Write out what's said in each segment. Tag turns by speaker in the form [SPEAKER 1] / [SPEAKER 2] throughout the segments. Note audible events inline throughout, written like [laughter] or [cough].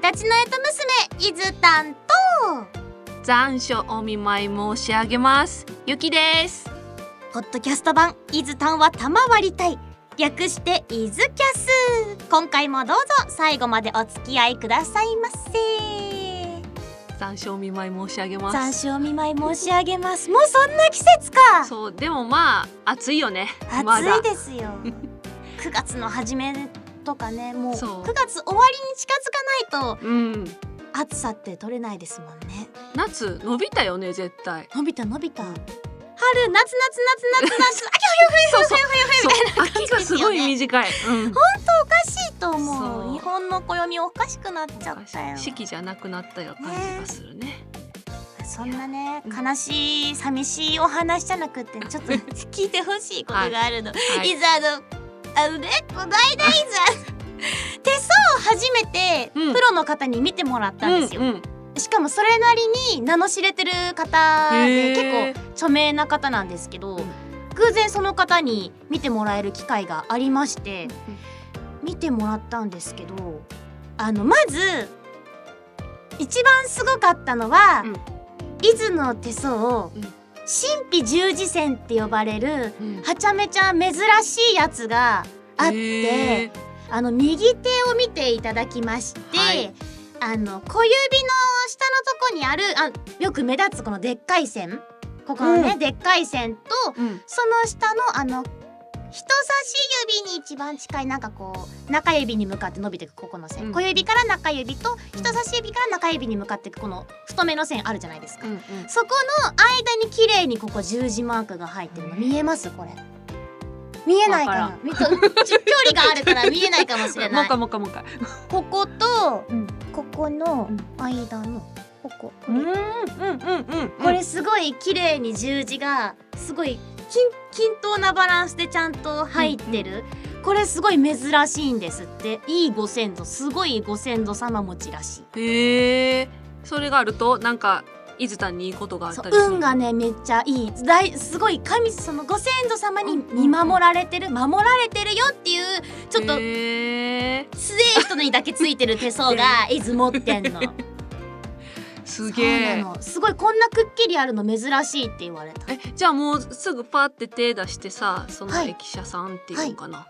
[SPEAKER 1] たちのえと娘いずたんと
[SPEAKER 2] 残暑お見舞い申し上げますゆきです
[SPEAKER 1] ポッドキャスト版いずたんは賜りたい略していずキャス今回もどうぞ最後までお付き合いくださいませ
[SPEAKER 2] 残暑お見舞い申し上げま
[SPEAKER 1] 残
[SPEAKER 2] す
[SPEAKER 1] 暑お見舞い申し上げますもうそんな季節か
[SPEAKER 2] そうでもまあ暑いよねま
[SPEAKER 1] 暑
[SPEAKER 2] だ
[SPEAKER 1] いですよ [laughs] 9月の初めとかねもう
[SPEAKER 2] そう
[SPEAKER 1] 9月終わりに近づかない
[SPEAKER 2] うん
[SPEAKER 1] と暑さって取れないですもんね
[SPEAKER 2] 夏伸びたよね絶対
[SPEAKER 1] 伸びた伸びた春夏夏夏夏夏
[SPEAKER 2] [laughs]
[SPEAKER 1] 夏秋
[SPEAKER 2] そうそうそう秋がすごい短い、
[SPEAKER 1] [laughs]
[SPEAKER 2] う
[SPEAKER 1] お
[SPEAKER 2] ん、
[SPEAKER 1] かしいと思う
[SPEAKER 2] そう
[SPEAKER 1] 日本の暦おかしくなっちゃったよ
[SPEAKER 2] 四季じゃなくなったよ感じがするね
[SPEAKER 1] そんなね
[SPEAKER 2] うん
[SPEAKER 1] 悲しい寂しいお話じゃなく
[SPEAKER 2] [laughs]
[SPEAKER 1] ってちょっと聞いてほしいことがあるの、、
[SPEAKER 2] はいい、
[SPEAKER 1] ざあのあのねこの間い
[SPEAKER 2] [laughs]
[SPEAKER 1] ざ手相を初めて
[SPEAKER 2] うん
[SPEAKER 1] プロの方に見てもらったんですよ、
[SPEAKER 2] うんうん
[SPEAKER 1] しかもそれなりに名の知れてる方で
[SPEAKER 2] へ
[SPEAKER 1] 結
[SPEAKER 2] ー
[SPEAKER 1] 構著名な方なんですけど、
[SPEAKER 2] うん
[SPEAKER 1] 偶然その方に見てもらえる機会がありまして見てもらったんですけどあのまず一番すごかったのは、
[SPEAKER 2] うん
[SPEAKER 1] 伊豆の手相を
[SPEAKER 2] うん
[SPEAKER 1] 神秘十字線って呼ばれる
[SPEAKER 2] うん
[SPEAKER 1] はちゃめちゃ珍しいやつがあって。
[SPEAKER 2] へー
[SPEAKER 1] あの右手を見ていただきまして、
[SPEAKER 2] はい
[SPEAKER 1] あの小指の下のとこにあるあよく目立つこのでっかい線ここのね、
[SPEAKER 2] う
[SPEAKER 1] でっかい線と
[SPEAKER 2] うん
[SPEAKER 1] その下のあの人差し指に一番近いなんかこう中指に向かって伸びていくここの線、
[SPEAKER 2] うん
[SPEAKER 1] 小指から中指と人差し指から中指に向かっていくこの太めの線あるじゃないですか、
[SPEAKER 2] うんうん
[SPEAKER 1] そこの間に綺麗にここ十字マークが入ってるの見えますこれ見えないかな見と距離があるから見えないかもしれ
[SPEAKER 2] もう
[SPEAKER 1] ない
[SPEAKER 2] 一回もう一回もう一回
[SPEAKER 1] ここと
[SPEAKER 2] うん
[SPEAKER 1] ここの
[SPEAKER 2] うん
[SPEAKER 1] 間のこここ
[SPEAKER 2] う
[SPEAKER 1] れ,、
[SPEAKER 2] んうんうんうん
[SPEAKER 1] これすごい綺麗に十字がすごい均均等なバランスでちゃんと入ってる、これすごい珍しいんですっていいご先祖すごいご先祖様持ちらしい
[SPEAKER 2] へえそれがあるとなんか伊豆谷にいいことがあっ
[SPEAKER 1] そう
[SPEAKER 2] たりする
[SPEAKER 1] 運がねめっちゃいい大すごい神そのご先祖様に見守られてる守られてるよっていうちょっと
[SPEAKER 2] へー
[SPEAKER 1] 強い人にだけついてる手
[SPEAKER 2] [laughs]
[SPEAKER 1] 相がいつ持ってんの。
[SPEAKER 2] すげ
[SPEAKER 1] そうな
[SPEAKER 2] え
[SPEAKER 1] のすごいこんなくっきりあるの珍しいって言われた。
[SPEAKER 2] えじゃあもうすぐパーって手出してさその
[SPEAKER 1] はい
[SPEAKER 2] 駅舎さんっていうのかな、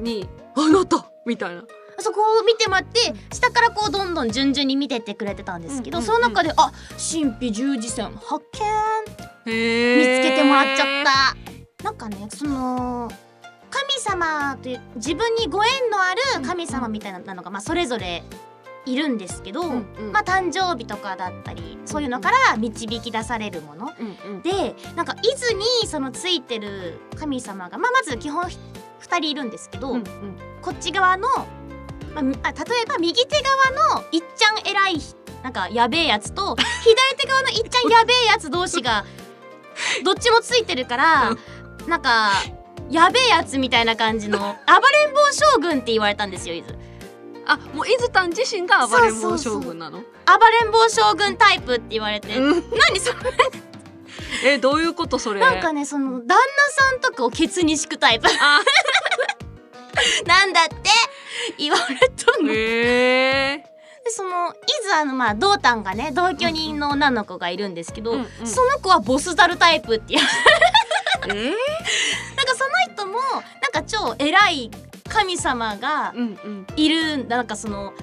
[SPEAKER 2] に「あなった!」みたいな
[SPEAKER 1] そこを見てもらって下からこうどんどん順々に見てってくれてたんですけど、
[SPEAKER 2] うんうん
[SPEAKER 1] その中で「あ神秘十字線発見!」見
[SPEAKER 2] 見つ
[SPEAKER 1] つけ
[SPEAKER 2] け
[SPEAKER 1] てもらっちゃった。なんかねその神様という自分にご縁のある神様みたいなのが、まあ、それぞれいるんですけど、
[SPEAKER 2] うんうん
[SPEAKER 1] まあ、誕生日とかだったりそういうのから導き出されるもの。
[SPEAKER 2] うんうん
[SPEAKER 1] でなんか伊豆にそのついてる神様が、まあ、まず基本ひ2人いるんですけど、
[SPEAKER 2] うん
[SPEAKER 1] こっち側の、まあみあ、例えば右手側のいっちゃん偉いひなんかやべえやつ
[SPEAKER 2] [laughs]
[SPEAKER 1] と左手側のいっちゃんやべえやつ同士がどっちもついてるから、なんかやべえやつみたいな感じの暴れん坊将軍って言われたんですよ伊豆。
[SPEAKER 2] あもう伊豆谷自身が暴れん坊将軍なの
[SPEAKER 1] 暴れん坊将軍タイプって言われて、
[SPEAKER 2] うん
[SPEAKER 1] 何それ
[SPEAKER 2] えどういうことそれ
[SPEAKER 1] なんかねその旦那さんとかをケツに敷くタイプ
[SPEAKER 2] あ
[SPEAKER 1] [laughs] なんだって言われたの。
[SPEAKER 2] へえ
[SPEAKER 1] でその伊豆あのまあ同担がね同居人の女の子がいるんですけど、
[SPEAKER 2] うんうん
[SPEAKER 1] その子はボスザルタイプっていうな
[SPEAKER 2] え
[SPEAKER 1] んかその人もなんか超偉い神様が
[SPEAKER 2] うんうん
[SPEAKER 1] いるんだなんかその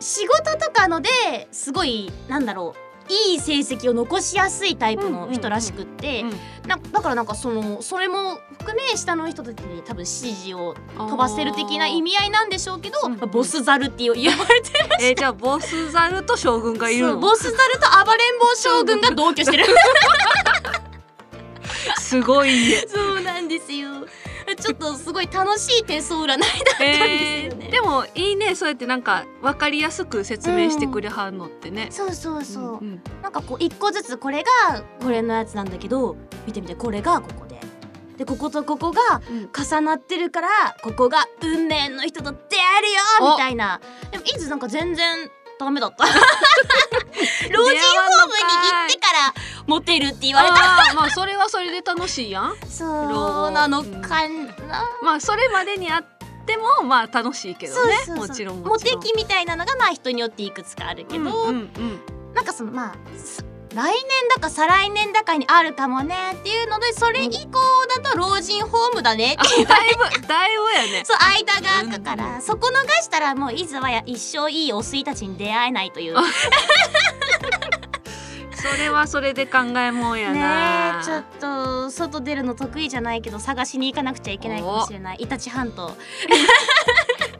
[SPEAKER 1] 仕事とかのですごいなんだろういい成績を残しやすいタイプの人らしくって、
[SPEAKER 2] うんうん
[SPEAKER 1] なだからなんかそのそれも含め下の人たちに多分指示を飛ばせる的な意味合いなんでしょうけど、
[SPEAKER 2] うんうん
[SPEAKER 1] まあボスザルって言われて
[SPEAKER 2] あーえじゃあボスザルと将 [laughs] 軍がいる
[SPEAKER 1] そう
[SPEAKER 2] の
[SPEAKER 1] ボスザルと暴れん坊将軍が同居してる
[SPEAKER 2] すご
[SPEAKER 1] [laughs]
[SPEAKER 2] い家
[SPEAKER 1] そうなんですよちょっとすごい楽しい手相占いだったんです
[SPEAKER 2] え
[SPEAKER 1] よね、
[SPEAKER 2] ー、でもいいねそうやってなんか分かりやすく説明してくれはんのってね、
[SPEAKER 1] そうそうそう、
[SPEAKER 2] んん
[SPEAKER 1] なんかこう一個ずつこれがこれのやつなんだけど見てみてこれがここででこことここが
[SPEAKER 2] うん
[SPEAKER 1] 重なってるからここが運命の人と出会えるよみたいなでもいつなんか全然ダメだ [laughs] った老人ホームに行ってからモテるって言われた
[SPEAKER 2] あーまあそれはそれで楽しいやん
[SPEAKER 1] そうなのかな、
[SPEAKER 2] まあそれまでにあっってもまあ楽しいけどね
[SPEAKER 1] そうそうそう
[SPEAKER 2] もちろん
[SPEAKER 1] モ
[SPEAKER 2] もち
[SPEAKER 1] テ
[SPEAKER 2] ろん
[SPEAKER 1] 期みたいなのがまあ人によっていくつかあるけど、
[SPEAKER 2] うん
[SPEAKER 1] [laughs]
[SPEAKER 2] うん
[SPEAKER 1] なんかそのまあす来年だか再来年だかにあるかもねっていうのでそれ以降だと老人ホームだねって
[SPEAKER 2] うん、だいぶだいぶやね
[SPEAKER 1] そう間が空くから、そこ逃したらもういずはや一生いいおすいたちに出会えないというね
[SPEAKER 2] それはそれで考えもんやな、
[SPEAKER 1] えちょっと外出るの得意じゃないけど探しに行かなくちゃいけないかもしれないイタチ半島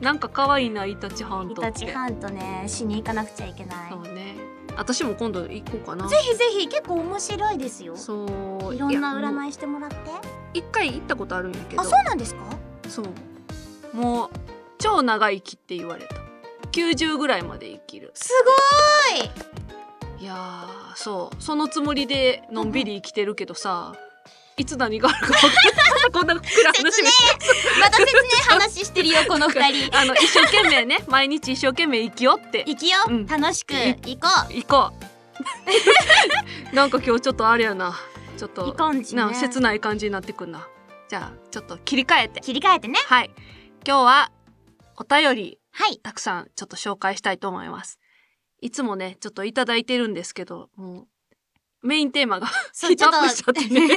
[SPEAKER 2] なんか可愛いなイタチハン
[SPEAKER 1] イ
[SPEAKER 2] トって
[SPEAKER 1] タチ半島ねしに行かなくちゃいけない
[SPEAKER 2] そうね私も今度行こうかな
[SPEAKER 1] ぜひぜひ結構面白いですよ
[SPEAKER 2] そう
[SPEAKER 1] いろんない
[SPEAKER 2] やもう
[SPEAKER 1] 占いしてもらって
[SPEAKER 2] 一回行ったことあるんやけど
[SPEAKER 1] あそうなんですか
[SPEAKER 2] そうもう超長生きって言われた90ぐらいまで生きる
[SPEAKER 1] すごーい
[SPEAKER 2] いやーそうそのつもりでのんびり生きてるけどさ、いつ何があるか分かんないこんなふっくら話
[SPEAKER 1] 説
[SPEAKER 2] め
[SPEAKER 1] 明
[SPEAKER 2] っち
[SPEAKER 1] また説明話してるよこの二人
[SPEAKER 2] ゃあの一生懸命
[SPEAKER 1] [laughs]
[SPEAKER 2] ね毎日一生懸命生きようって
[SPEAKER 1] 行きよ、
[SPEAKER 2] うん
[SPEAKER 1] 楽しく行こ
[SPEAKER 2] 行こ
[SPEAKER 1] [laughs]
[SPEAKER 2] うなんか今日ちょっとあれやなちょっ
[SPEAKER 1] う行
[SPEAKER 2] と
[SPEAKER 1] こんちね
[SPEAKER 2] な切ない感じになってくんなじゃあちょっと切り替えて
[SPEAKER 1] 切り替えてね
[SPEAKER 2] はい今日はお便り [laughs]
[SPEAKER 1] はい
[SPEAKER 2] たくさんちょっと紹介したいと思いますいつもねちょっといただいてるんですけどもうメインテーマが
[SPEAKER 1] [laughs] そ
[SPEAKER 2] ヒ
[SPEAKER 1] う
[SPEAKER 2] ー
[SPEAKER 1] ちょ
[SPEAKER 2] ト
[SPEAKER 1] っ
[SPEAKER 2] アップしちゃ
[SPEAKER 1] と
[SPEAKER 2] ってね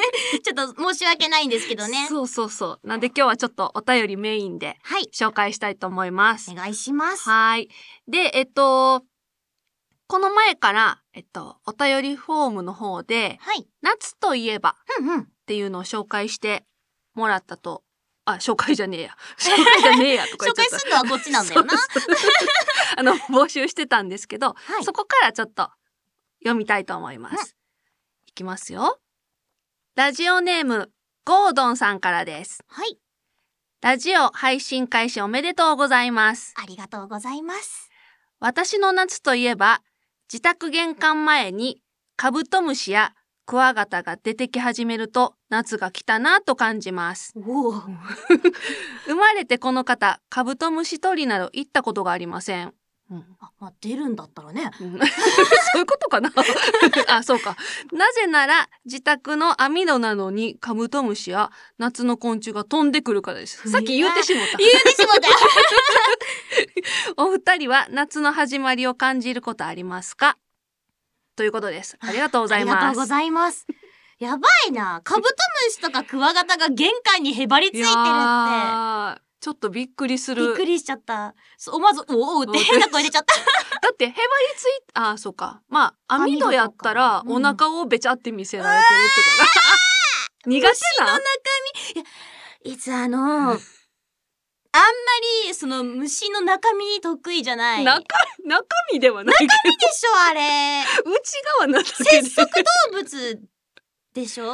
[SPEAKER 1] ちょっと申し訳ないんですけど [laughs] ね
[SPEAKER 2] そうそうそうなんで今日はちょっとお便りメインで
[SPEAKER 1] はい
[SPEAKER 2] 紹介したいと思います
[SPEAKER 1] お願いします
[SPEAKER 2] はいでえっとこの前からえっとお便りフォームの方で
[SPEAKER 1] はい
[SPEAKER 2] 夏といえば
[SPEAKER 1] うんうん
[SPEAKER 2] っていうのを紹介してもらったとあ紹介じゃねえや
[SPEAKER 1] [laughs]
[SPEAKER 2] 紹介じゃねえやとか言
[SPEAKER 1] 紹
[SPEAKER 2] っちゃ
[SPEAKER 1] 介
[SPEAKER 2] った
[SPEAKER 1] するのはこっちなんだよな
[SPEAKER 2] そうそうそうあの募集してたんですけど、
[SPEAKER 1] はい
[SPEAKER 2] そこからちょっと読みたいと思います。いきますよ。ラジオネームゴードンさんからです。
[SPEAKER 1] はい
[SPEAKER 2] ラジオ配信開始おめでとうございます。
[SPEAKER 1] ありがとうございます
[SPEAKER 2] 私の夏といえば自宅玄関前にカブトムシやクワガタが出てき始めると夏が来たなと感じます。
[SPEAKER 1] おお
[SPEAKER 2] 生まれてこの方カブトムシ取りなど行ったことがありません。うん
[SPEAKER 1] あ、まあ、出るん [laughs] だったらね
[SPEAKER 2] うんそういうことかな [laughs] あ、そうか。なぜなら、自宅の網戸などにカブトムシや夏の昆虫が飛んでくるからです。さっき言ってしもった
[SPEAKER 1] 言。うてしま [laughs] った
[SPEAKER 2] お二人は夏の始まりを感じることありますかということです。ありがとうござ
[SPEAKER 1] あ
[SPEAKER 2] い
[SPEAKER 1] りがと
[SPEAKER 2] ま
[SPEAKER 1] うご
[SPEAKER 2] す。
[SPEAKER 1] ざいますやばいなカブトムシとかクワガタが玄関にへばりついてるって
[SPEAKER 2] やーちょっとびっくりす
[SPEAKER 1] びっ
[SPEAKER 2] る。
[SPEAKER 1] くりしちゃったそう思わずおおって変な声出ちゃった
[SPEAKER 2] だってへばりついあそうかまあ網戸やったら
[SPEAKER 1] 網戸
[SPEAKER 2] お
[SPEAKER 1] とか
[SPEAKER 2] 腹をべちゃって見せられてるってこと苦手な
[SPEAKER 1] うんいつあのあんまりその虫の中身に得意じゃない
[SPEAKER 2] 中中身ではないけど
[SPEAKER 1] でしょあれ
[SPEAKER 2] 内側なだけで
[SPEAKER 1] 動物でし
[SPEAKER 2] [laughs]
[SPEAKER 1] ょ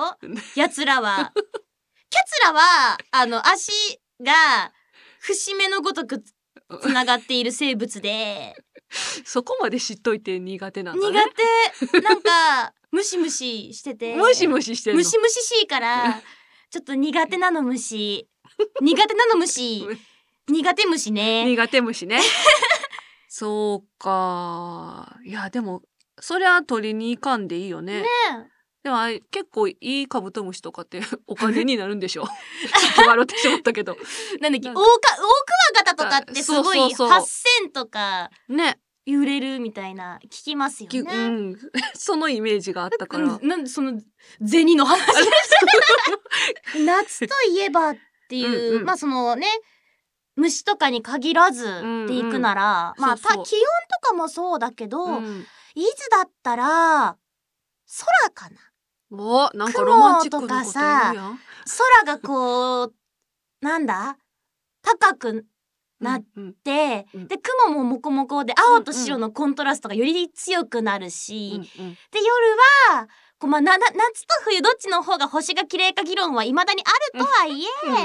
[SPEAKER 1] やつらはキャツラはあの足が節目のごとくつつながっている生物
[SPEAKER 2] [laughs]
[SPEAKER 1] で
[SPEAKER 2] そこまで知っといて苦手なんだね
[SPEAKER 1] 苦手なんかムシムシしてて
[SPEAKER 2] ムシムシしてるの
[SPEAKER 1] ムシムシしいからちょっと苦手なの虫苦手なの
[SPEAKER 2] [laughs]
[SPEAKER 1] 虫苦手虫ね
[SPEAKER 2] 苦手
[SPEAKER 1] [laughs]
[SPEAKER 2] 虫ねそうかいやでもそりゃ取りに行かんでいいよね
[SPEAKER 1] ね
[SPEAKER 2] でもあれ結構いいカブトムシとかってお金になるんで
[SPEAKER 1] [laughs]
[SPEAKER 2] しょちょっと笑ってしまったけど
[SPEAKER 1] なんだっけ大
[SPEAKER 2] う
[SPEAKER 1] か大ク
[SPEAKER 2] ん
[SPEAKER 1] ワガタとかってすごい
[SPEAKER 2] そうそうそう
[SPEAKER 1] 8,000とか
[SPEAKER 2] ね
[SPEAKER 1] 揺れるみたいな聞きますよ
[SPEAKER 2] きう
[SPEAKER 1] ね。
[SPEAKER 2] ん [laughs] そのイメージがあったから
[SPEAKER 1] うんなんでその銭の話
[SPEAKER 2] [laughs]
[SPEAKER 1] 夏といえばっていう
[SPEAKER 2] うんうん
[SPEAKER 1] まあそのね虫とかに限らずっていくなら、
[SPEAKER 2] うんうん
[SPEAKER 1] まあ
[SPEAKER 2] そうそう
[SPEAKER 1] た気温とかもそうだけど、
[SPEAKER 2] うん
[SPEAKER 1] いつだったら空かな
[SPEAKER 2] おなんかロマンチックなこと言
[SPEAKER 1] 雲
[SPEAKER 2] うや
[SPEAKER 1] と
[SPEAKER 2] ん
[SPEAKER 1] 空がこうなんだ高くなっ
[SPEAKER 2] うん
[SPEAKER 1] て、
[SPEAKER 2] うん
[SPEAKER 1] で雲もモコモコで青と白のコントラストがより強くなるし、
[SPEAKER 2] うんうん
[SPEAKER 1] で夜はこう、まあ、なな夏と冬どっちの方が星が綺麗か議論はいまだにあるとはいえ、
[SPEAKER 2] うん
[SPEAKER 1] でま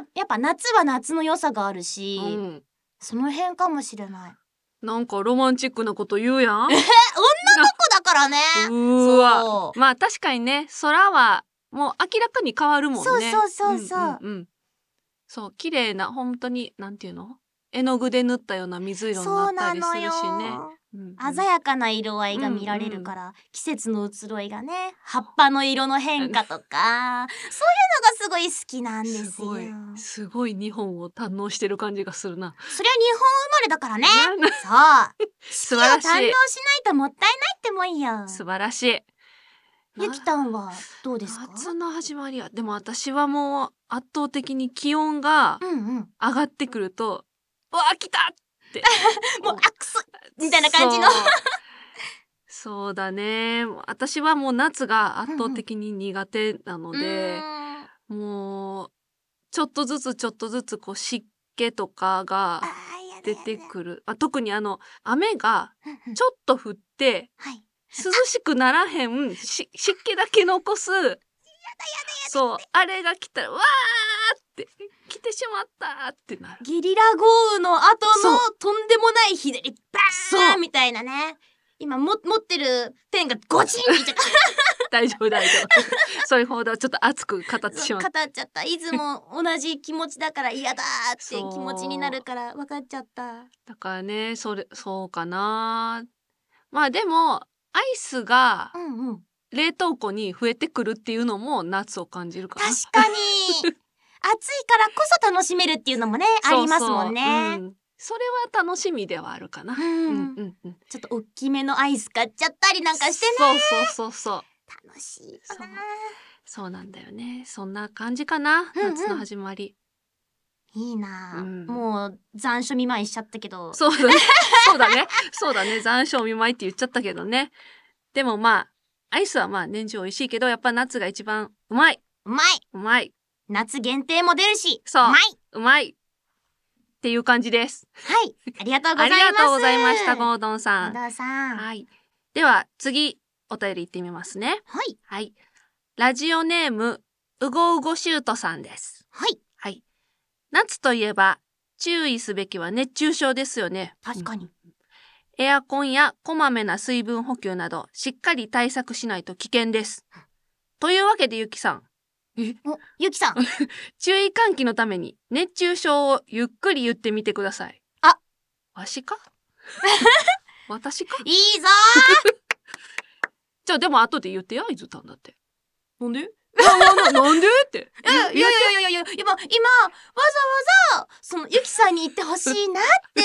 [SPEAKER 1] あ、やっぱ夏は夏の良さがあるし、
[SPEAKER 2] うん
[SPEAKER 1] その辺かもしれない。
[SPEAKER 2] なんかロマンチックなこと言うや
[SPEAKER 1] [laughs]
[SPEAKER 2] ん
[SPEAKER 1] 男だからね
[SPEAKER 2] うーわ
[SPEAKER 1] そ
[SPEAKER 2] まあ確かにね空はもう明らかに変わるもんね。
[SPEAKER 1] そうそうそうそうん
[SPEAKER 2] うんうんそう綺麗な本当になんていうの絵の具で塗ったような水
[SPEAKER 1] う
[SPEAKER 2] 色に
[SPEAKER 1] そう
[SPEAKER 2] なっ
[SPEAKER 1] な
[SPEAKER 2] たりす
[SPEAKER 1] の
[SPEAKER 2] るし
[SPEAKER 1] よ
[SPEAKER 2] ね。うん
[SPEAKER 1] 鮮やかな色合いが見られるから、季節の移ろいがね葉っぱの色の変化とかそういうのがすごい好きなんです
[SPEAKER 2] す
[SPEAKER 1] よ
[SPEAKER 2] ごいすごい日本を堪能してる感じがするな。
[SPEAKER 1] そりゃ日本生まれだからね
[SPEAKER 2] なな
[SPEAKER 1] そう
[SPEAKER 2] 素晴
[SPEAKER 1] 木を堪
[SPEAKER 2] ら
[SPEAKER 1] 能しな
[SPEAKER 2] し
[SPEAKER 1] い
[SPEAKER 2] い。
[SPEAKER 1] ともったいないってもんよ
[SPEAKER 2] 素晴らしい。
[SPEAKER 1] ゆきたんはどうですか
[SPEAKER 2] 夏の始まりはでも私はもう圧倒的に気温が
[SPEAKER 1] うんうんも
[SPEAKER 2] 上がってくると、うわ来たって
[SPEAKER 1] うあくそみたいな感じの
[SPEAKER 2] そうそうだねもう私はもう夏が圧倒的に苦手なので、もうちょっとずつちょっとずつこう湿気とかが出てくる、まあ、特にあの雨がち
[SPEAKER 1] ょ
[SPEAKER 2] ょっと降って
[SPEAKER 1] はい
[SPEAKER 2] 涼しくならへんし湿気だけ残すそうあれが来たらわーって来てしまったってなる
[SPEAKER 1] ゲリラ豪雨の後の
[SPEAKER 2] そ
[SPEAKER 1] とんでもない左バー
[SPEAKER 2] そ
[SPEAKER 1] ンみたいなね今も持ってるペンがゴチンっていっちゃった
[SPEAKER 2] 大丈夫大丈夫
[SPEAKER 1] [laughs]
[SPEAKER 2] それほどちょっと熱く語ってし
[SPEAKER 1] そう
[SPEAKER 2] まっ
[SPEAKER 1] 語
[SPEAKER 2] た
[SPEAKER 1] っちゃったいつも同じ気持ちだから嫌だーって気持ちになるから分かっちゃった
[SPEAKER 2] だからねそれそうかなまあでもアイスが
[SPEAKER 1] うんうん
[SPEAKER 2] 冷凍庫に増えてくるっていうのも夏を感じるかな
[SPEAKER 1] 確か [laughs] に暑いからこそ楽しめるっていうのもねありますもん
[SPEAKER 2] そうそう
[SPEAKER 1] ね
[SPEAKER 2] うんそれは楽しみではあるかな、
[SPEAKER 1] う
[SPEAKER 2] うん
[SPEAKER 1] ん
[SPEAKER 2] うんうん、
[SPEAKER 1] ちょっと大きめのアイス買っちゃったりなんかしてね
[SPEAKER 2] そうそうそうそう
[SPEAKER 1] 楽しいよな
[SPEAKER 2] そうなんだよね。そんな感じかな。
[SPEAKER 1] うんうん
[SPEAKER 2] 夏の始まり。
[SPEAKER 1] いいなあ、
[SPEAKER 2] うん
[SPEAKER 1] もう残暑見舞いしちゃったけど
[SPEAKER 2] そう
[SPEAKER 1] [laughs]
[SPEAKER 2] だね。そうだね。そうだね。残暑お見舞いって言っちゃったけどね。でもまあ、アイスはまあ年中美味しいけど、やっぱ夏が一番うまい。
[SPEAKER 1] うまいう
[SPEAKER 2] まい。
[SPEAKER 1] 夏限定も出るし
[SPEAKER 2] そう
[SPEAKER 1] まいう
[SPEAKER 2] まい。っていう感じです。
[SPEAKER 1] はいありがとうござ
[SPEAKER 2] あ
[SPEAKER 1] い
[SPEAKER 2] り
[SPEAKER 1] ます
[SPEAKER 2] がとうございました、
[SPEAKER 1] ゴ
[SPEAKER 2] ゴードンさん。
[SPEAKER 1] ーさんはい、
[SPEAKER 2] はい。では、次、お便り行ってみますね。
[SPEAKER 1] はい
[SPEAKER 2] はい。ラジオネーム、うごうごシュートさんです。はい。夏といえば注意すべきは熱中症ですよね。
[SPEAKER 1] 確か
[SPEAKER 2] に。
[SPEAKER 1] に、
[SPEAKER 2] エアコンやこまめな水分補給などしっかり対策しないと危険です。というわけでゆきさん、
[SPEAKER 1] おゆきさん
[SPEAKER 2] 注意喚起のために熱中症をゆっくり言ってみてください。
[SPEAKER 1] あ
[SPEAKER 2] わしか [laughs] 私か
[SPEAKER 1] いいぞ
[SPEAKER 2] じゃあでも後で言ってや、いずたん
[SPEAKER 1] [laughs]
[SPEAKER 2] だって。
[SPEAKER 1] なんで
[SPEAKER 2] なななんでって。
[SPEAKER 1] いやいやいやいやいや今今わざわざそのゆきさんに言ってほしいな
[SPEAKER 2] [laughs]
[SPEAKER 1] って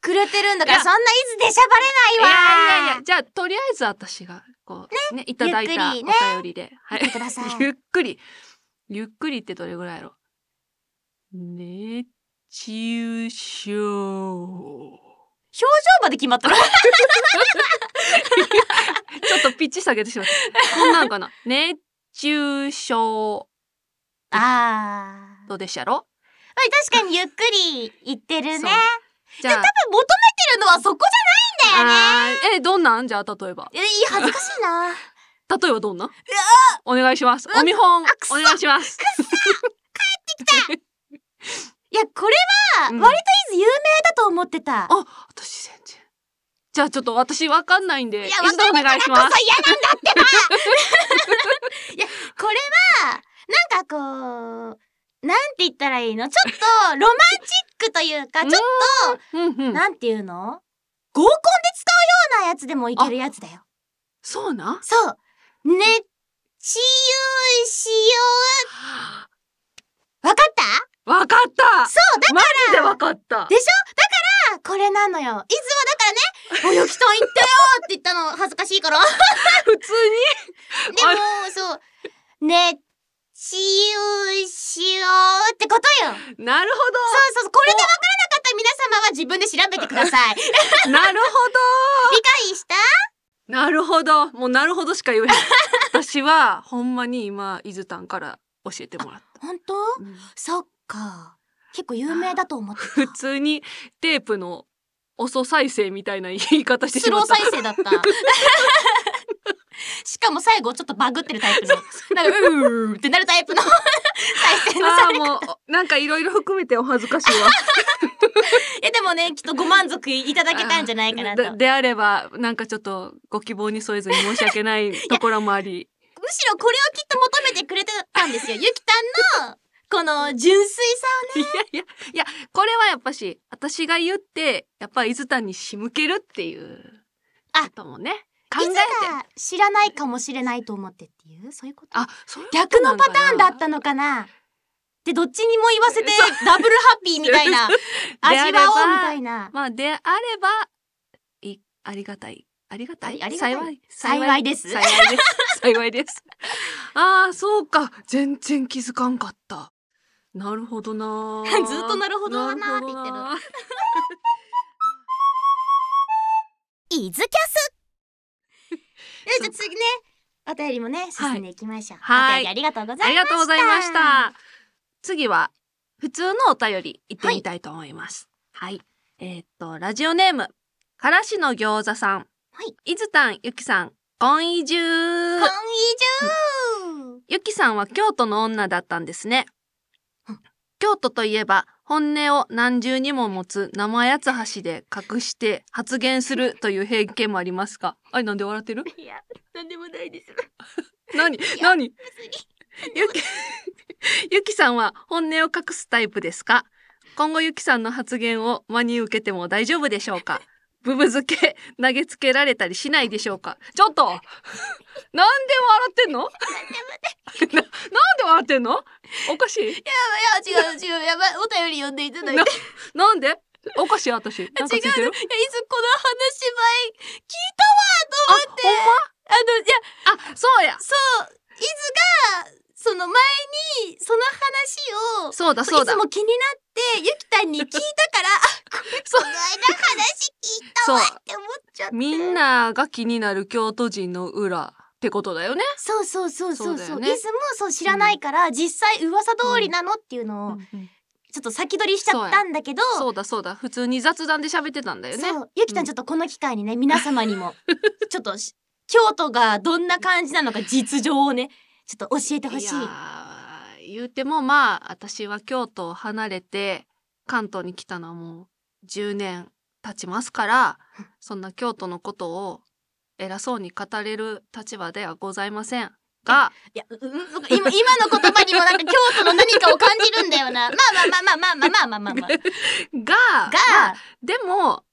[SPEAKER 1] くれてるんだから
[SPEAKER 2] いや
[SPEAKER 1] そんないつ出しゃばれないわ
[SPEAKER 2] いやいやいやじゃあとりあえず私がこうねいただいたお
[SPEAKER 1] ゆっくり
[SPEAKER 2] 便
[SPEAKER 1] ね
[SPEAKER 2] りで、はい
[SPEAKER 1] 言ってく
[SPEAKER 2] [laughs]
[SPEAKER 1] ださい
[SPEAKER 2] ゆっくりゆっくりってどれぐらいやろ熱中症
[SPEAKER 1] 表情まで決ま [laughs] った
[SPEAKER 2] ちょっとピッチ下げてしまったこんなんかな熱中症
[SPEAKER 1] あー
[SPEAKER 2] どうでしたやろ
[SPEAKER 1] まあ確かにゆっくり言ってるね多分
[SPEAKER 2] そう
[SPEAKER 1] 求
[SPEAKER 2] じゃあ
[SPEAKER 1] めてるのはそこじゃないんだよね
[SPEAKER 2] あーえどんなんじゃあ例えば
[SPEAKER 1] えいい恥ずかしい
[SPEAKER 2] [laughs]
[SPEAKER 1] な
[SPEAKER 2] 例えばどんなお願いしますお見本お
[SPEAKER 1] あくそ
[SPEAKER 2] 願いします [laughs]
[SPEAKER 1] いやこれは
[SPEAKER 2] うん
[SPEAKER 1] 割といず有名だと思ってた、
[SPEAKER 2] あ、私全然。じゃあちょっと私わかんないんで、
[SPEAKER 1] いやわかんない
[SPEAKER 2] 一度お願いし
[SPEAKER 1] こそ嫌な
[SPEAKER 2] ま
[SPEAKER 1] んだ
[SPEAKER 2] す。
[SPEAKER 1] ってば [laughs] いやこれはなんかこうなんて言ったらいいのちょっとロマンチックというかちょっ
[SPEAKER 2] うんう
[SPEAKER 1] と
[SPEAKER 2] ん。
[SPEAKER 1] なんていうの合コンで使うようなやつでもいけるやつだよ
[SPEAKER 2] そうなん。
[SPEAKER 1] そうね治癒しようわかった
[SPEAKER 2] わかった。
[SPEAKER 1] そうだ
[SPEAKER 2] マジでわかった
[SPEAKER 1] で。からこれなのよいつもだからね「おゆきさん言ったよ」って言ったの [laughs] 恥ずかしいから
[SPEAKER 2] 普通
[SPEAKER 1] でもそうね治癒しようってことよ
[SPEAKER 2] に。なる
[SPEAKER 1] そうそうそうこれでわからなかった皆様は自分で調べてくだ
[SPEAKER 2] [laughs]
[SPEAKER 1] さい理
[SPEAKER 2] ほど。なるほ
[SPEAKER 1] 解した
[SPEAKER 2] ど。なるほど。もうなるほどしか言えない。私はほんまに今伊豆丹から教えてもらった。
[SPEAKER 1] 本当
[SPEAKER 2] うん
[SPEAKER 1] そっか結構有名だと思って
[SPEAKER 2] 普通にテープの遅再生みたいな言い方して
[SPEAKER 1] た
[SPEAKER 2] し
[SPEAKER 1] ス
[SPEAKER 2] ま
[SPEAKER 1] ロ
[SPEAKER 2] っ
[SPEAKER 1] ー
[SPEAKER 2] た。
[SPEAKER 1] 再生だった
[SPEAKER 2] [laughs]
[SPEAKER 1] しかも最後ちょっとバグってるタイプのなんかうーってなるタイプの再生の
[SPEAKER 2] あ
[SPEAKER 1] さ
[SPEAKER 2] あーもう [laughs] なんかいろいろ含めてお恥ずかしいわ。
[SPEAKER 1] いやでも
[SPEAKER 2] [laughs]
[SPEAKER 1] ねきっとご満足いただけたんじゃないかなと
[SPEAKER 2] でであればなんかちょっとご希望に添えずに申し訳ないところも
[SPEAKER 1] [laughs]
[SPEAKER 2] あり
[SPEAKER 1] むしろこれをきっと求めてくれてたんですよ。ゆきたんの、この純粋さ
[SPEAKER 2] いやいやいやこれはやっぱし私が言ってやっぱ伊豆谷に仕向けるっていうこともね考
[SPEAKER 1] い
[SPEAKER 2] え
[SPEAKER 1] つ
[SPEAKER 2] て
[SPEAKER 1] か知らないかもしれないと思ってっていうそういうこと
[SPEAKER 2] あそういうこと
[SPEAKER 1] 逆の
[SPEAKER 2] なんか
[SPEAKER 1] パ
[SPEAKER 2] な
[SPEAKER 1] ターンだったのかなでどっちにも言わせてダブルハッピーみたいな
[SPEAKER 2] [laughs] であ
[SPEAKER 1] 味
[SPEAKER 2] れ
[SPEAKER 1] わ
[SPEAKER 2] ば
[SPEAKER 1] おうみたいな
[SPEAKER 2] まあであればいありがたいありがたい
[SPEAKER 1] あありがたい
[SPEAKER 2] 幸い
[SPEAKER 1] 幸いです
[SPEAKER 2] 幸いです幸いです [laughs] ああそうか全然気づかんかったなるほどな
[SPEAKER 1] [laughs] ずっとなるほどだなって言ってる
[SPEAKER 2] なる
[SPEAKER 1] イズキャスじゃあ次ねお便りもね進んでいきましょう、お
[SPEAKER 2] はい
[SPEAKER 1] 便りありがとうございました
[SPEAKER 2] ほどありがとうございました次は普通のお便り行ってみたいと思いますはい、えーっとラジオネームからしの餃子さん
[SPEAKER 1] はい
[SPEAKER 2] 伊豆たんゆきさんこんいじゅ
[SPEAKER 1] こんいじゅ
[SPEAKER 2] ー
[SPEAKER 1] う
[SPEAKER 2] ゆきさんは京都の女だったんですね
[SPEAKER 1] うん。
[SPEAKER 2] 京都といえば本音を何重にも持つ生八つ橋で隠して発言するという偏見もありますが。あれなんで笑ってる
[SPEAKER 1] いやなんでもないです
[SPEAKER 2] 何何ゆき、ゆきさんは本音を隠すタイプですか今後ゆきさんの発言を真に受けても大丈夫でしょうかブブ漬け投げつけられたりしないでしょうかちょっとなんで笑ってんの [laughs] ななんで笑ってんのおかしい
[SPEAKER 1] いや違う違うやばいお便り読んでいただい [laughs] て
[SPEAKER 2] ななんでおかしい私。なんかついて
[SPEAKER 1] 違うのいやい
[SPEAKER 2] る
[SPEAKER 1] つこの話前聞いた
[SPEAKER 2] あ、
[SPEAKER 1] わと思ってあのいや
[SPEAKER 2] ほんまあ、そうや。
[SPEAKER 1] そう伊豆がその前にその話を
[SPEAKER 2] そうだそうだ
[SPEAKER 1] いつ。も気になってゆきたんに聞いたから [laughs] あこれ
[SPEAKER 2] そう
[SPEAKER 1] この間話聞いたわって思っちゃって
[SPEAKER 2] みんなが気になる京都人の裏ってことだよね。
[SPEAKER 1] そうそうそうそうそう
[SPEAKER 2] そうだよ
[SPEAKER 1] 伊
[SPEAKER 2] ね
[SPEAKER 1] 豆もそう知らないから、実際噂通りなのっていうのをちょっと先取りしちゃったんだけど、
[SPEAKER 2] そうだそうだ。普通に雑談で喋ってたんだよね。
[SPEAKER 1] そうゆきた
[SPEAKER 2] うんん
[SPEAKER 1] ちょっとこの機会にね皆様に
[SPEAKER 2] [laughs]
[SPEAKER 1] もちょっとし京都がどんな感じなのか実情をねちょっと教えてほしい
[SPEAKER 2] やー言うてもまあ私は京都を離れて関東に来たのはもう10年経ちま
[SPEAKER 1] [laughs]
[SPEAKER 2] すからそんな京都のことを偉そうに語れる立場ではございません [laughs] が
[SPEAKER 1] いや、ううん、なんか今、今の言葉にもなんか京都の何かを感じるんだよ
[SPEAKER 2] [laughs]
[SPEAKER 1] な。まあまあまあまあまあまあまあまあまあまあ。が、
[SPEAKER 2] がまあでも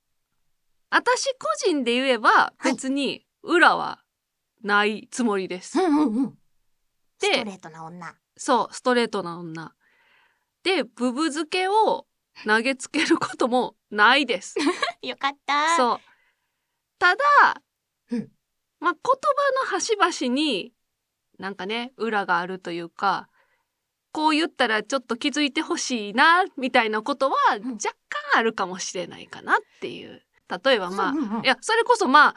[SPEAKER 2] 私個人で言えば
[SPEAKER 1] はい
[SPEAKER 2] 別に裏はないつもりです。
[SPEAKER 1] うんうんうん。
[SPEAKER 2] で
[SPEAKER 1] ストレートな女。
[SPEAKER 2] そうストレートな女。でブブ漬けを投げつけることもないです。
[SPEAKER 1] [laughs] よかった。う。
[SPEAKER 2] そうただ、
[SPEAKER 1] うん
[SPEAKER 2] まあ、言葉の端々になんかね裏があるというかこう言ったらちょっと気づいてほしいなみたいなことは
[SPEAKER 1] ん
[SPEAKER 2] 若干あるかもしれないかなっていう例えばまあ
[SPEAKER 1] うんうんうん
[SPEAKER 2] いや、それこそまあ、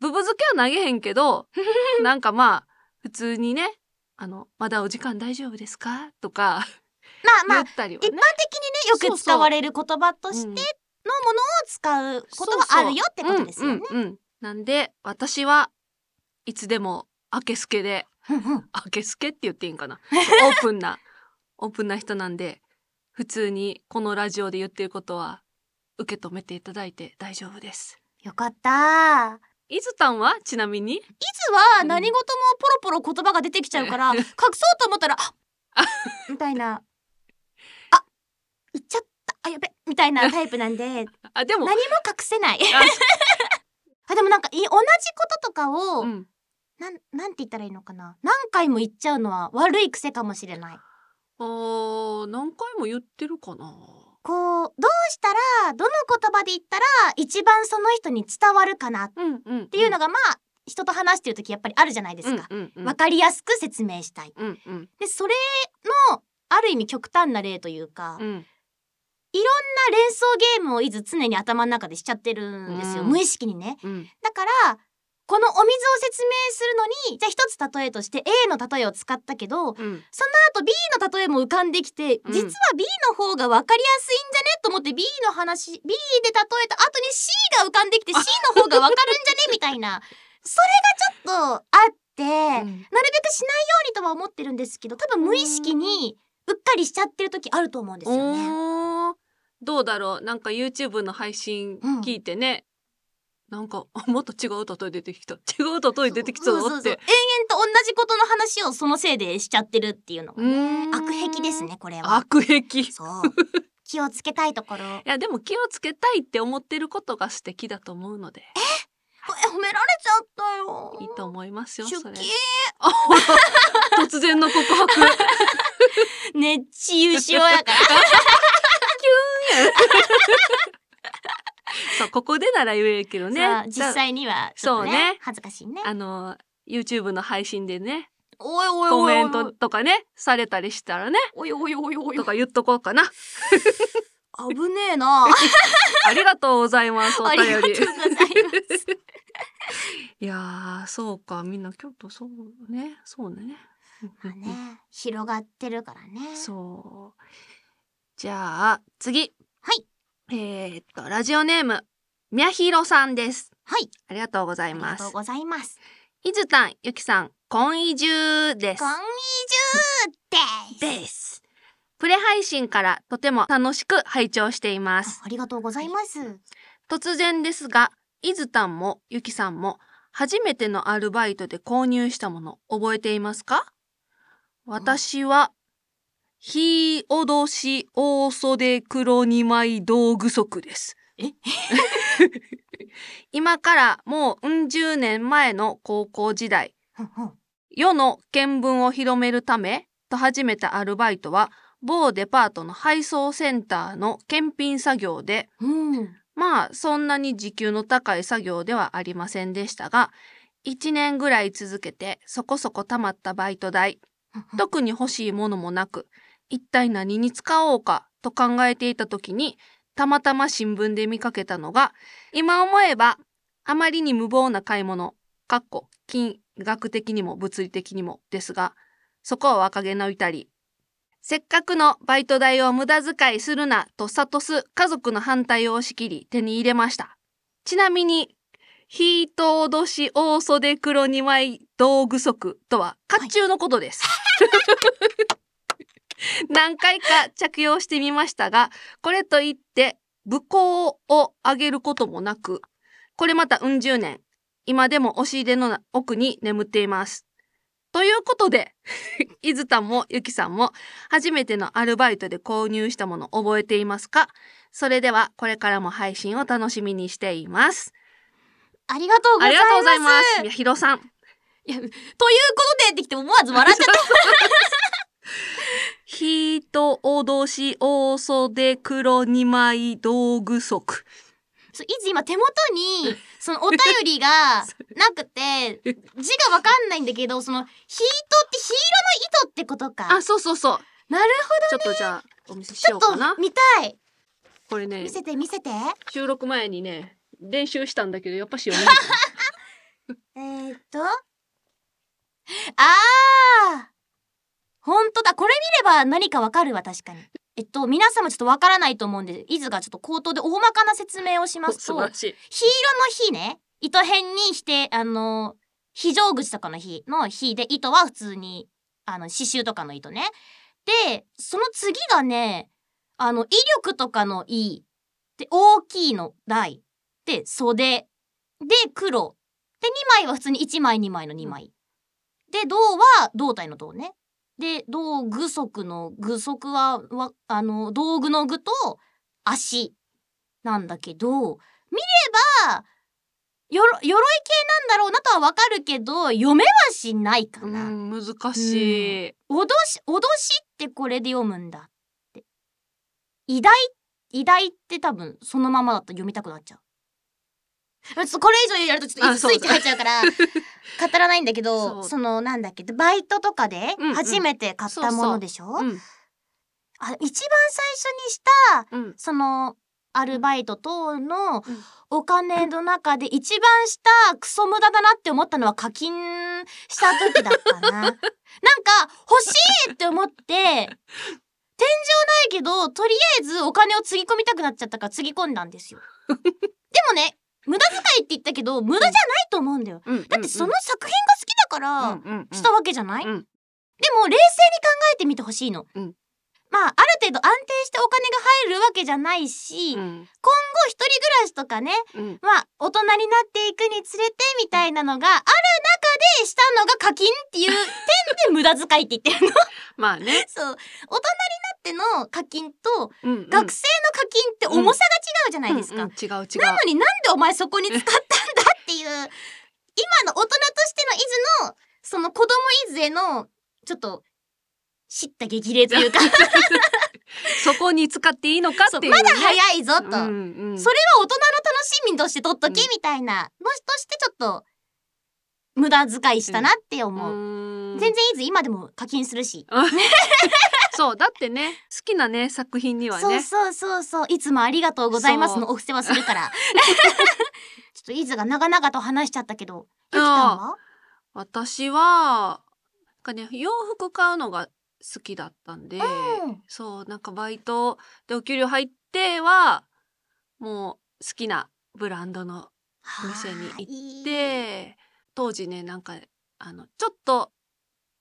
[SPEAKER 2] ブブ漬けは投げへんけど、
[SPEAKER 1] [laughs]
[SPEAKER 2] なんかまあ、普通にね、あの、まだお時間大丈夫ですかとか、
[SPEAKER 1] まあ
[SPEAKER 2] 言
[SPEAKER 1] まあ
[SPEAKER 2] っ、たりは
[SPEAKER 1] 一般的に
[SPEAKER 2] ね
[SPEAKER 1] ね、よく使われる言葉として
[SPEAKER 2] う
[SPEAKER 1] の
[SPEAKER 2] ん
[SPEAKER 1] ものを使うことはあるよってことですよね。
[SPEAKER 2] うんうんうんなんで、私はいつでも、明けすけで、
[SPEAKER 1] うんうん
[SPEAKER 2] 明けすけって言っていいん
[SPEAKER 1] [laughs]
[SPEAKER 2] かな。オープンな、オープンな人なんで、普通にこのラジオで言ってることは、受け止めていただいて大丈夫です。
[SPEAKER 1] よかった。い
[SPEAKER 2] イズタンはちなみに
[SPEAKER 1] つは何事もポロポロ言葉が出てきちゃう
[SPEAKER 2] [laughs]
[SPEAKER 1] から、隠そうと思ったら、あみたいな。あ、言っちゃった。あ、やべ。みたいなタイプなん
[SPEAKER 2] [laughs]
[SPEAKER 1] で、
[SPEAKER 2] あ、でも、
[SPEAKER 1] 何も隠せない。
[SPEAKER 2] あ
[SPEAKER 1] [laughs] あでもなんかい同じこととかを、
[SPEAKER 2] うん、
[SPEAKER 1] なんなんて言ったらいいのかな何回も言っちゃうのは悪い癖かもしれない。
[SPEAKER 2] あー何回も言ってるかな
[SPEAKER 1] こうどうしたらどの言葉で言ったら一番その人に伝わるかなっ
[SPEAKER 2] うんうん、って
[SPEAKER 1] いうの
[SPEAKER 2] が
[SPEAKER 1] が、まあ人と話してる時やっぱりあるじゃないですか。わ、
[SPEAKER 2] うんうん
[SPEAKER 1] かりやすく説明したい。
[SPEAKER 2] うんうん
[SPEAKER 1] でそれのある意味極端な例というか、
[SPEAKER 2] う
[SPEAKER 1] ま
[SPEAKER 2] ん
[SPEAKER 1] あ連想ゲームをいず常に頭の中でしちゃってるんですよ、
[SPEAKER 2] うん
[SPEAKER 1] 無意識にね。
[SPEAKER 2] うん
[SPEAKER 1] だからこのお水を説明するのにじゃあ一つ例えとして A の例えを使ったけど
[SPEAKER 2] うん
[SPEAKER 1] あと B の例えも浮かんできて、
[SPEAKER 2] うん
[SPEAKER 1] 実は B の方が分かりやすいんじゃねと思って B の話 B で例えた後に C が浮かんできて C の方が分かるんじゃねみたいなそれがちょっとあって、なるべくしないよ
[SPEAKER 2] うん
[SPEAKER 1] うにとは思ってるんですけど多分無意識にうっかりしちゃってる時あると思うんですよね。
[SPEAKER 2] おーどうだろうなんか YouTube の配信
[SPEAKER 1] うん
[SPEAKER 2] 聞いてね、なんかあもっと違う例え出てきた [laughs] 違う例え出てきた
[SPEAKER 1] そうそ
[SPEAKER 2] ぞ
[SPEAKER 1] う
[SPEAKER 2] っ
[SPEAKER 1] そう延
[SPEAKER 2] て
[SPEAKER 1] 々と同じことの話をそのせいでしちゃってるっていうのがね
[SPEAKER 2] うーん
[SPEAKER 1] 悪癖ですねこれは。
[SPEAKER 2] 悪癖い
[SPEAKER 1] そう。気をつけたいと
[SPEAKER 2] [laughs]
[SPEAKER 1] ころ。え、
[SPEAKER 2] やでも気をつけたいって思ってることが素敵だと思うので
[SPEAKER 1] 褒めら
[SPEAKER 2] いいと思いますよ、
[SPEAKER 1] 出
[SPEAKER 2] それ。
[SPEAKER 1] 勤
[SPEAKER 2] あほら [laughs] 突然の告白。
[SPEAKER 1] 熱中症や
[SPEAKER 2] [laughs]
[SPEAKER 1] から。
[SPEAKER 2] そう、ここでなら言えるけど
[SPEAKER 1] さ
[SPEAKER 2] ね
[SPEAKER 1] あ。実
[SPEAKER 2] だ
[SPEAKER 1] 際にはちょっとね
[SPEAKER 2] そうね
[SPEAKER 1] 恥ずかしいね。
[SPEAKER 2] あの、YouTube の配信でね、
[SPEAKER 1] おいおい
[SPEAKER 2] コ
[SPEAKER 1] おい
[SPEAKER 2] メ
[SPEAKER 1] お
[SPEAKER 2] ントとかね、されたりしたらね、
[SPEAKER 1] いおいおいおいおいおい
[SPEAKER 2] とか言っとこうか
[SPEAKER 1] [laughs]
[SPEAKER 2] な。
[SPEAKER 1] 危ねえ
[SPEAKER 2] [laughs]
[SPEAKER 1] な。
[SPEAKER 2] ありがとうございます、お
[SPEAKER 1] あ
[SPEAKER 2] 便
[SPEAKER 1] りがとう
[SPEAKER 2] り
[SPEAKER 1] ござい。ます。
[SPEAKER 2] いやー、そうか、みんな京都そうね、そうね。
[SPEAKER 1] まあね、広がってるからね。
[SPEAKER 2] そう。じゃあ、次。
[SPEAKER 1] はい。
[SPEAKER 2] えーっと、ラジオネーム、みやひろさんです。
[SPEAKER 1] はい、
[SPEAKER 2] ありがとうござ
[SPEAKER 1] あ
[SPEAKER 2] い
[SPEAKER 1] り
[SPEAKER 2] ま
[SPEAKER 1] が
[SPEAKER 2] す
[SPEAKER 1] とう。ございます。
[SPEAKER 2] いずたん、ゆきさん、こんいじゅうです
[SPEAKER 1] こ。んにちゅーです。
[SPEAKER 2] です。プレ配信からとても楽しく拝聴していま
[SPEAKER 1] あ
[SPEAKER 2] す。
[SPEAKER 1] ありがとうございます。
[SPEAKER 2] 突然ですが、いずたんもゆきさんも初めてのアルバイトで購入したもの覚えていますか私は、ひおどし大袖黒二枚道具足です。
[SPEAKER 1] え
[SPEAKER 2] [laughs] 今からもううん十年前の高校時代、
[SPEAKER 1] ふんふん
[SPEAKER 2] 世の見聞を広めるためと始めたアルバイトは某デパートの配送センターの検品作業で
[SPEAKER 1] うん。
[SPEAKER 2] まあそんなに時給の高い作業ではありませんでしたが1年ぐらい続けてそこそこ貯まったバイト代特に欲しいものもなく一体何に使おうかと考えていた時にたまたま新聞で見かけたのが今思えばあまりに無謀な買い物かっこ金額的にも物理的にもですがそこを若気の至りせっかくのバイト代を無駄遣いするなと諭す家族の反対を押し切り手に入れましたちなみに「ひいと脅し大袖黒二枚道具足」とは甲冑のことです、何回か着用してみましたがこれといって武功を上げることもなくこれまたうん十年今でも押し入れの奥に眠っていますということで [laughs] 伊豆田もゆきさんも初めてのアルバイトで購入したもの覚えていますかそれではこれからも配信を楽しみにしています
[SPEAKER 1] ありがとうござい
[SPEAKER 2] あり
[SPEAKER 1] ます。
[SPEAKER 2] がとうございますみやひろさん
[SPEAKER 1] いやということでってきて思わず笑っちゃっ
[SPEAKER 2] ひとおどし大袖黒二枚道具足 [laughs]
[SPEAKER 1] た。そういつ今手元にそのお便りがなくて字がわかんないんだけどそのヒートってヒーローの糸ってことか。
[SPEAKER 2] あそうそうそう
[SPEAKER 1] なる
[SPEAKER 2] ちょっとじゃあお見せし
[SPEAKER 1] ほ
[SPEAKER 2] よ
[SPEAKER 1] ど
[SPEAKER 2] う
[SPEAKER 1] ちょ
[SPEAKER 2] か
[SPEAKER 1] っ
[SPEAKER 2] な
[SPEAKER 1] と見たい。
[SPEAKER 2] これね
[SPEAKER 1] 見せて見せて。
[SPEAKER 2] 収録前にね練習したんだけどやっぱし読めない
[SPEAKER 1] えー、っと。ああほんとだ。これ見れば何かわかるわ、確かに。えっと、皆様ちょっとわからないと思うんで、伊豆がちょっと口頭で大まかな説明をします
[SPEAKER 2] [laughs] 素
[SPEAKER 1] と、ヒ
[SPEAKER 2] 晴
[SPEAKER 1] ーロ
[SPEAKER 2] らしい
[SPEAKER 1] ーの日ね、糸辺にして、あの、非常口とかの日の日で、糸は普通に、あの、刺繍とかの糸ね。で、その次がね、あの、威力とかのいで、大きいの台。で、袖。で、黒。で、2枚は普通に1枚、2枚の2枚。で、銅は胴体の胴ね。で、道具足の具足は、わあの、道具の具と足なんだけど、見れば、よろ、鎧系なんだろうなとはわかるけど、読めはしないか
[SPEAKER 2] う
[SPEAKER 1] な。
[SPEAKER 2] ん難しい、
[SPEAKER 1] 脅し、脅しってこれで読むんだって。偉大、偉大って多分そのままだと読みたくなっちゃう。ちょっとこれ以上やるとちょっと
[SPEAKER 2] あそ
[SPEAKER 1] ス
[SPEAKER 2] うだ
[SPEAKER 1] イッチ入っちゃう
[SPEAKER 2] [laughs]
[SPEAKER 1] から、語らないんだけど、
[SPEAKER 2] そう
[SPEAKER 1] そのなんだっけ、バイトとかで
[SPEAKER 2] うんうん
[SPEAKER 1] 初めて買ったものでしょ、
[SPEAKER 2] うん
[SPEAKER 1] あ一番最初にした、
[SPEAKER 2] うん
[SPEAKER 1] その、アルバイト等の
[SPEAKER 2] ん
[SPEAKER 1] お金の中で一番したクソ無駄だなって思ったのは課金した時だった [laughs] な。なんか欲しいって思って、天井ないけど、とりあえずお金をつぎ込みたくなっちゃったからつぎ込んだんですよ。でもね、無駄遣いって言ったけど、無駄じゃないと思うんだよ。
[SPEAKER 2] うん
[SPEAKER 1] だってその作品が好きだから、
[SPEAKER 2] うんうんうん
[SPEAKER 1] したわけじゃない、
[SPEAKER 2] うん
[SPEAKER 1] でも冷静に考えてみてほしいの。
[SPEAKER 2] うん
[SPEAKER 1] まあある程度安定してお金が入るわけじゃないし、
[SPEAKER 2] う
[SPEAKER 1] 今後
[SPEAKER 2] ん
[SPEAKER 1] 一人暮らしとかね
[SPEAKER 2] うん
[SPEAKER 1] まあ大人になっていくにつれてみたいなのがある中でしたのが課金っていう点で無駄遣いって
[SPEAKER 2] [laughs]
[SPEAKER 1] 言ってるの。
[SPEAKER 2] まあね、
[SPEAKER 1] そう大人になっての課金と
[SPEAKER 2] うんうん
[SPEAKER 1] 学生の課金って重さが違うじゃないですか。
[SPEAKER 2] うんうん違う違う
[SPEAKER 1] なのになんでお前そこに使ったんだっていう。今の大人としての伊豆の、その子供伊豆への、ちょっと、知った激励という
[SPEAKER 2] [laughs]
[SPEAKER 1] か、
[SPEAKER 2] そこに使っていいのか
[SPEAKER 1] そう
[SPEAKER 2] っていう、
[SPEAKER 1] ま
[SPEAKER 2] ね。
[SPEAKER 1] だ早いぞと。そ
[SPEAKER 2] うんうん
[SPEAKER 1] れは大人の楽しみとして取っとけ
[SPEAKER 2] うん
[SPEAKER 1] みたいなのとしてちょっと無駄遣いしたなって思う、
[SPEAKER 2] うーん
[SPEAKER 1] 全然いいぜ今でも課金するし、
[SPEAKER 2] そうだってね好きなね作品には
[SPEAKER 1] そう
[SPEAKER 2] ね
[SPEAKER 1] そうそうそういつもありがとうございます
[SPEAKER 2] そ
[SPEAKER 1] のお布施はするから
[SPEAKER 2] [laughs]
[SPEAKER 1] [laughs] ちょっとイズが長々と話しちゃったけどゆきたんは
[SPEAKER 2] 私はなんかね洋服買うのが好きだったんで、
[SPEAKER 1] うん
[SPEAKER 2] そうなんかバイトでお給料入ってはもう好きなブランドのお店に
[SPEAKER 1] 行
[SPEAKER 2] で当時ねなんかあのちょっと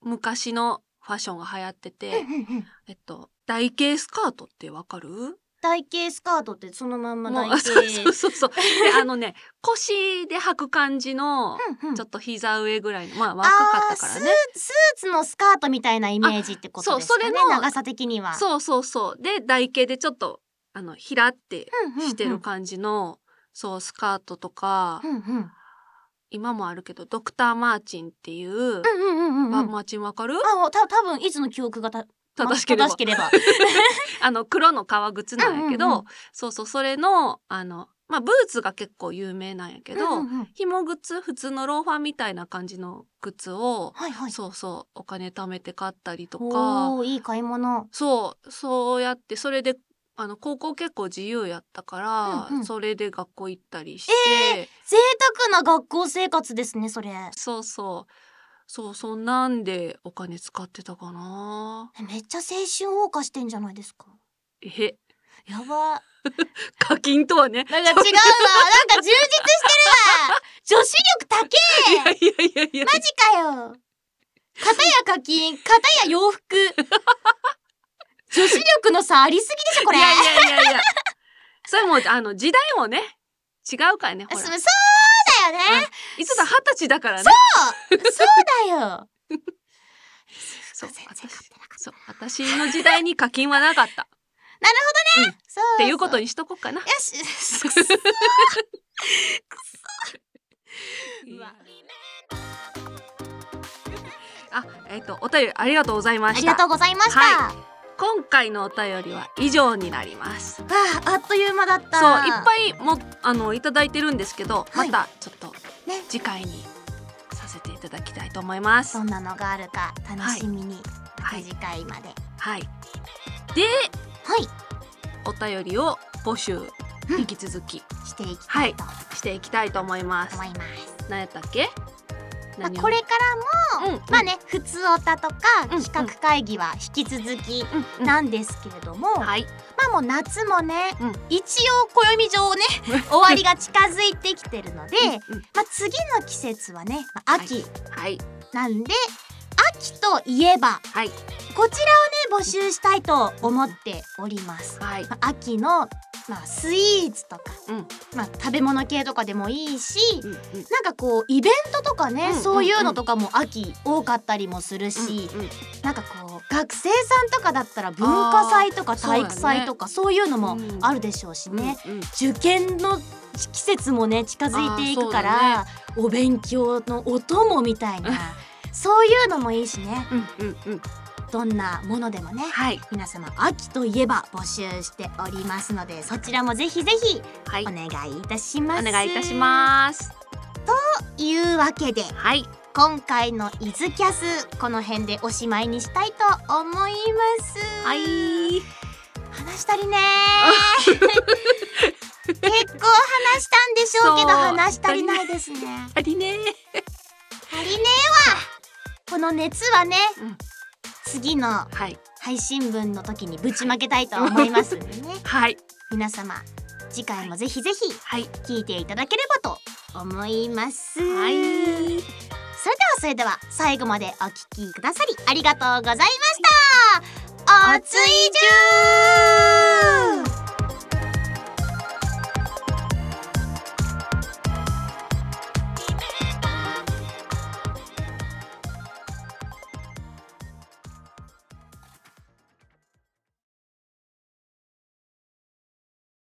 [SPEAKER 2] 昔のファッションが流行ってて、えっと台形スカートってわかる
[SPEAKER 1] 台形スカートってそのまんま
[SPEAKER 2] も
[SPEAKER 1] 台
[SPEAKER 2] う
[SPEAKER 1] 形
[SPEAKER 2] そう [laughs] そうそうそうであのね腰で履く感じの
[SPEAKER 1] うんうん
[SPEAKER 2] ちょっと膝上ぐらいのまあ若か
[SPEAKER 1] あ
[SPEAKER 2] っ
[SPEAKER 1] ー
[SPEAKER 2] たから
[SPEAKER 1] ス
[SPEAKER 2] ね
[SPEAKER 1] ースーツのスカートみたいなイメージってことですかね
[SPEAKER 2] あそうそれの
[SPEAKER 1] 長さ的には
[SPEAKER 2] そうそうそうで台形でちょっとあのひらって
[SPEAKER 1] うんうんうん
[SPEAKER 2] してる感じの、そうスカートとか、
[SPEAKER 1] うんうん
[SPEAKER 2] 今もあるけどドクター・マーチンっていう、
[SPEAKER 1] うんうんうんうんうん
[SPEAKER 2] まマーチンわかる
[SPEAKER 1] あ、もうた多分いつの記憶がた
[SPEAKER 2] 正しけれ
[SPEAKER 1] 正
[SPEAKER 2] ば
[SPEAKER 1] しければ。
[SPEAKER 2] あの黒の革靴なんやけど、
[SPEAKER 1] うんうんうん
[SPEAKER 2] そうそうそれのあの、まあ、ブーツが結構有名なんやけど、
[SPEAKER 1] うんうんうん
[SPEAKER 2] 紐靴普通のローファーみたいな感じの靴を、
[SPEAKER 1] はいはい。
[SPEAKER 2] そうそうお金貯めて買ったりとか
[SPEAKER 1] おーいい買い物。
[SPEAKER 2] そうそうやってそれであの高校結構自由やったから、
[SPEAKER 1] うんうん
[SPEAKER 2] それで学校行ったりして、
[SPEAKER 1] 贅沢な学校生活ですね、それ。
[SPEAKER 2] そうそうそうそんなんでお金使ってたかな。
[SPEAKER 1] めっちゃ青春謳歌してんじゃないですか。
[SPEAKER 2] え
[SPEAKER 1] やば。
[SPEAKER 2] 課金とはね。
[SPEAKER 1] なんか違うな。なんか充実してるわ。女子力高
[SPEAKER 2] い
[SPEAKER 1] え
[SPEAKER 2] や。いやいやいや。
[SPEAKER 1] マジかよ。片や課金、片や洋服。女子力の差ありすぎでしょ、これ。
[SPEAKER 2] いやいやいやいや。それもあの時代もね違うからね。ほ
[SPEAKER 1] そ
[SPEAKER 2] ら
[SPEAKER 1] そうだよね。
[SPEAKER 2] いつだ二十歳だからね。
[SPEAKER 1] そうだよ。
[SPEAKER 2] [laughs] そう
[SPEAKER 1] 全然
[SPEAKER 2] 私
[SPEAKER 1] 買ってなかった
[SPEAKER 2] そう私の時代に課金はなか
[SPEAKER 1] [laughs]
[SPEAKER 2] ったっ
[SPEAKER 1] そうそう
[SPEAKER 2] ていうことにしとこうかな。
[SPEAKER 1] よし。
[SPEAKER 2] [laughs]
[SPEAKER 1] くそ [laughs] うわ
[SPEAKER 2] あえっ、とお便りありがとうございま
[SPEAKER 1] あ
[SPEAKER 2] し
[SPEAKER 1] り
[SPEAKER 2] た。
[SPEAKER 1] がとうございました。
[SPEAKER 2] は今回のお便りは以上になります。
[SPEAKER 1] わあ、あっという間だった。
[SPEAKER 2] そういっぱいもあのいただいてるんですけど、
[SPEAKER 1] はい
[SPEAKER 2] またちょっと
[SPEAKER 1] ね
[SPEAKER 2] 次回にさせていただきたいと思います。
[SPEAKER 1] どんなのがあるか楽しみに、
[SPEAKER 2] はい
[SPEAKER 1] 次回まで。
[SPEAKER 2] はい。で
[SPEAKER 1] はい、
[SPEAKER 2] お便りを募集
[SPEAKER 1] うん
[SPEAKER 2] 引き続き
[SPEAKER 1] していきたいと
[SPEAKER 2] していきたいと思います。
[SPEAKER 1] 思います。
[SPEAKER 2] 何やったっけ？
[SPEAKER 1] まあ、
[SPEAKER 2] 何を
[SPEAKER 1] これからも、
[SPEAKER 2] うん
[SPEAKER 1] まあね、普通おたとか
[SPEAKER 2] うん
[SPEAKER 1] 企画会議は引き続き
[SPEAKER 2] うんうん
[SPEAKER 1] なんですけれども、ま
[SPEAKER 2] はい
[SPEAKER 1] あもう夏もね、
[SPEAKER 2] うん
[SPEAKER 1] 一応暦上ね、
[SPEAKER 2] [laughs]
[SPEAKER 1] 終わりが近づいてきてるので、
[SPEAKER 2] うんうん
[SPEAKER 1] まあ次の季節はね、まあ秋
[SPEAKER 2] はい
[SPEAKER 1] なんで、秋といえば
[SPEAKER 2] はい
[SPEAKER 1] こちらをね募集したいと思っております。
[SPEAKER 2] はい
[SPEAKER 1] まあ秋の、まあ、スイーツとか、
[SPEAKER 2] うん
[SPEAKER 1] まあ、食べ物系とかでもいいし、
[SPEAKER 2] うんうん
[SPEAKER 1] なんかこうイベントとかね、
[SPEAKER 2] うん
[SPEAKER 1] そういうのとかも秋多かったりもするし、
[SPEAKER 2] うんうん
[SPEAKER 1] なんかこう学生さんとかだったら文化祭とか体育祭とかそう,、いうのも
[SPEAKER 2] うん
[SPEAKER 1] あるでしょうしね、
[SPEAKER 2] うんうん
[SPEAKER 1] 受験の季節もね近づいていくか
[SPEAKER 2] あ
[SPEAKER 1] ら、お勉強のお供みたいな、
[SPEAKER 2] うん
[SPEAKER 1] そういうのもいいしね
[SPEAKER 2] うんうんうん
[SPEAKER 1] どんなものでもね。
[SPEAKER 2] はい
[SPEAKER 1] 皆様秋といえば募集しておりますのでそちらもぜひぜひ
[SPEAKER 2] はい
[SPEAKER 1] お願いいたしま
[SPEAKER 2] お
[SPEAKER 1] す。
[SPEAKER 2] 願いいたします
[SPEAKER 1] す。いうわけで
[SPEAKER 2] はい
[SPEAKER 1] 今回の「イズキャス」この辺でおしまいにしたいと思います。
[SPEAKER 2] はい
[SPEAKER 1] 話したりね
[SPEAKER 2] [laughs]
[SPEAKER 1] ー結構話したんでしょうけど
[SPEAKER 2] そう
[SPEAKER 1] 話したりないですね。
[SPEAKER 2] ありね
[SPEAKER 1] 足りねえわこの熱はね、
[SPEAKER 2] うん
[SPEAKER 1] 次の
[SPEAKER 2] はい
[SPEAKER 1] 配信分の時にぶちまけたいと思いますんでね。
[SPEAKER 2] [laughs] はい
[SPEAKER 1] 皆様次回もぜひぜひ
[SPEAKER 2] はい
[SPEAKER 1] 聞いていただければと思います、
[SPEAKER 2] はい
[SPEAKER 1] それではそれでは最後までお聞きくださりありがとうございました、おついじゅー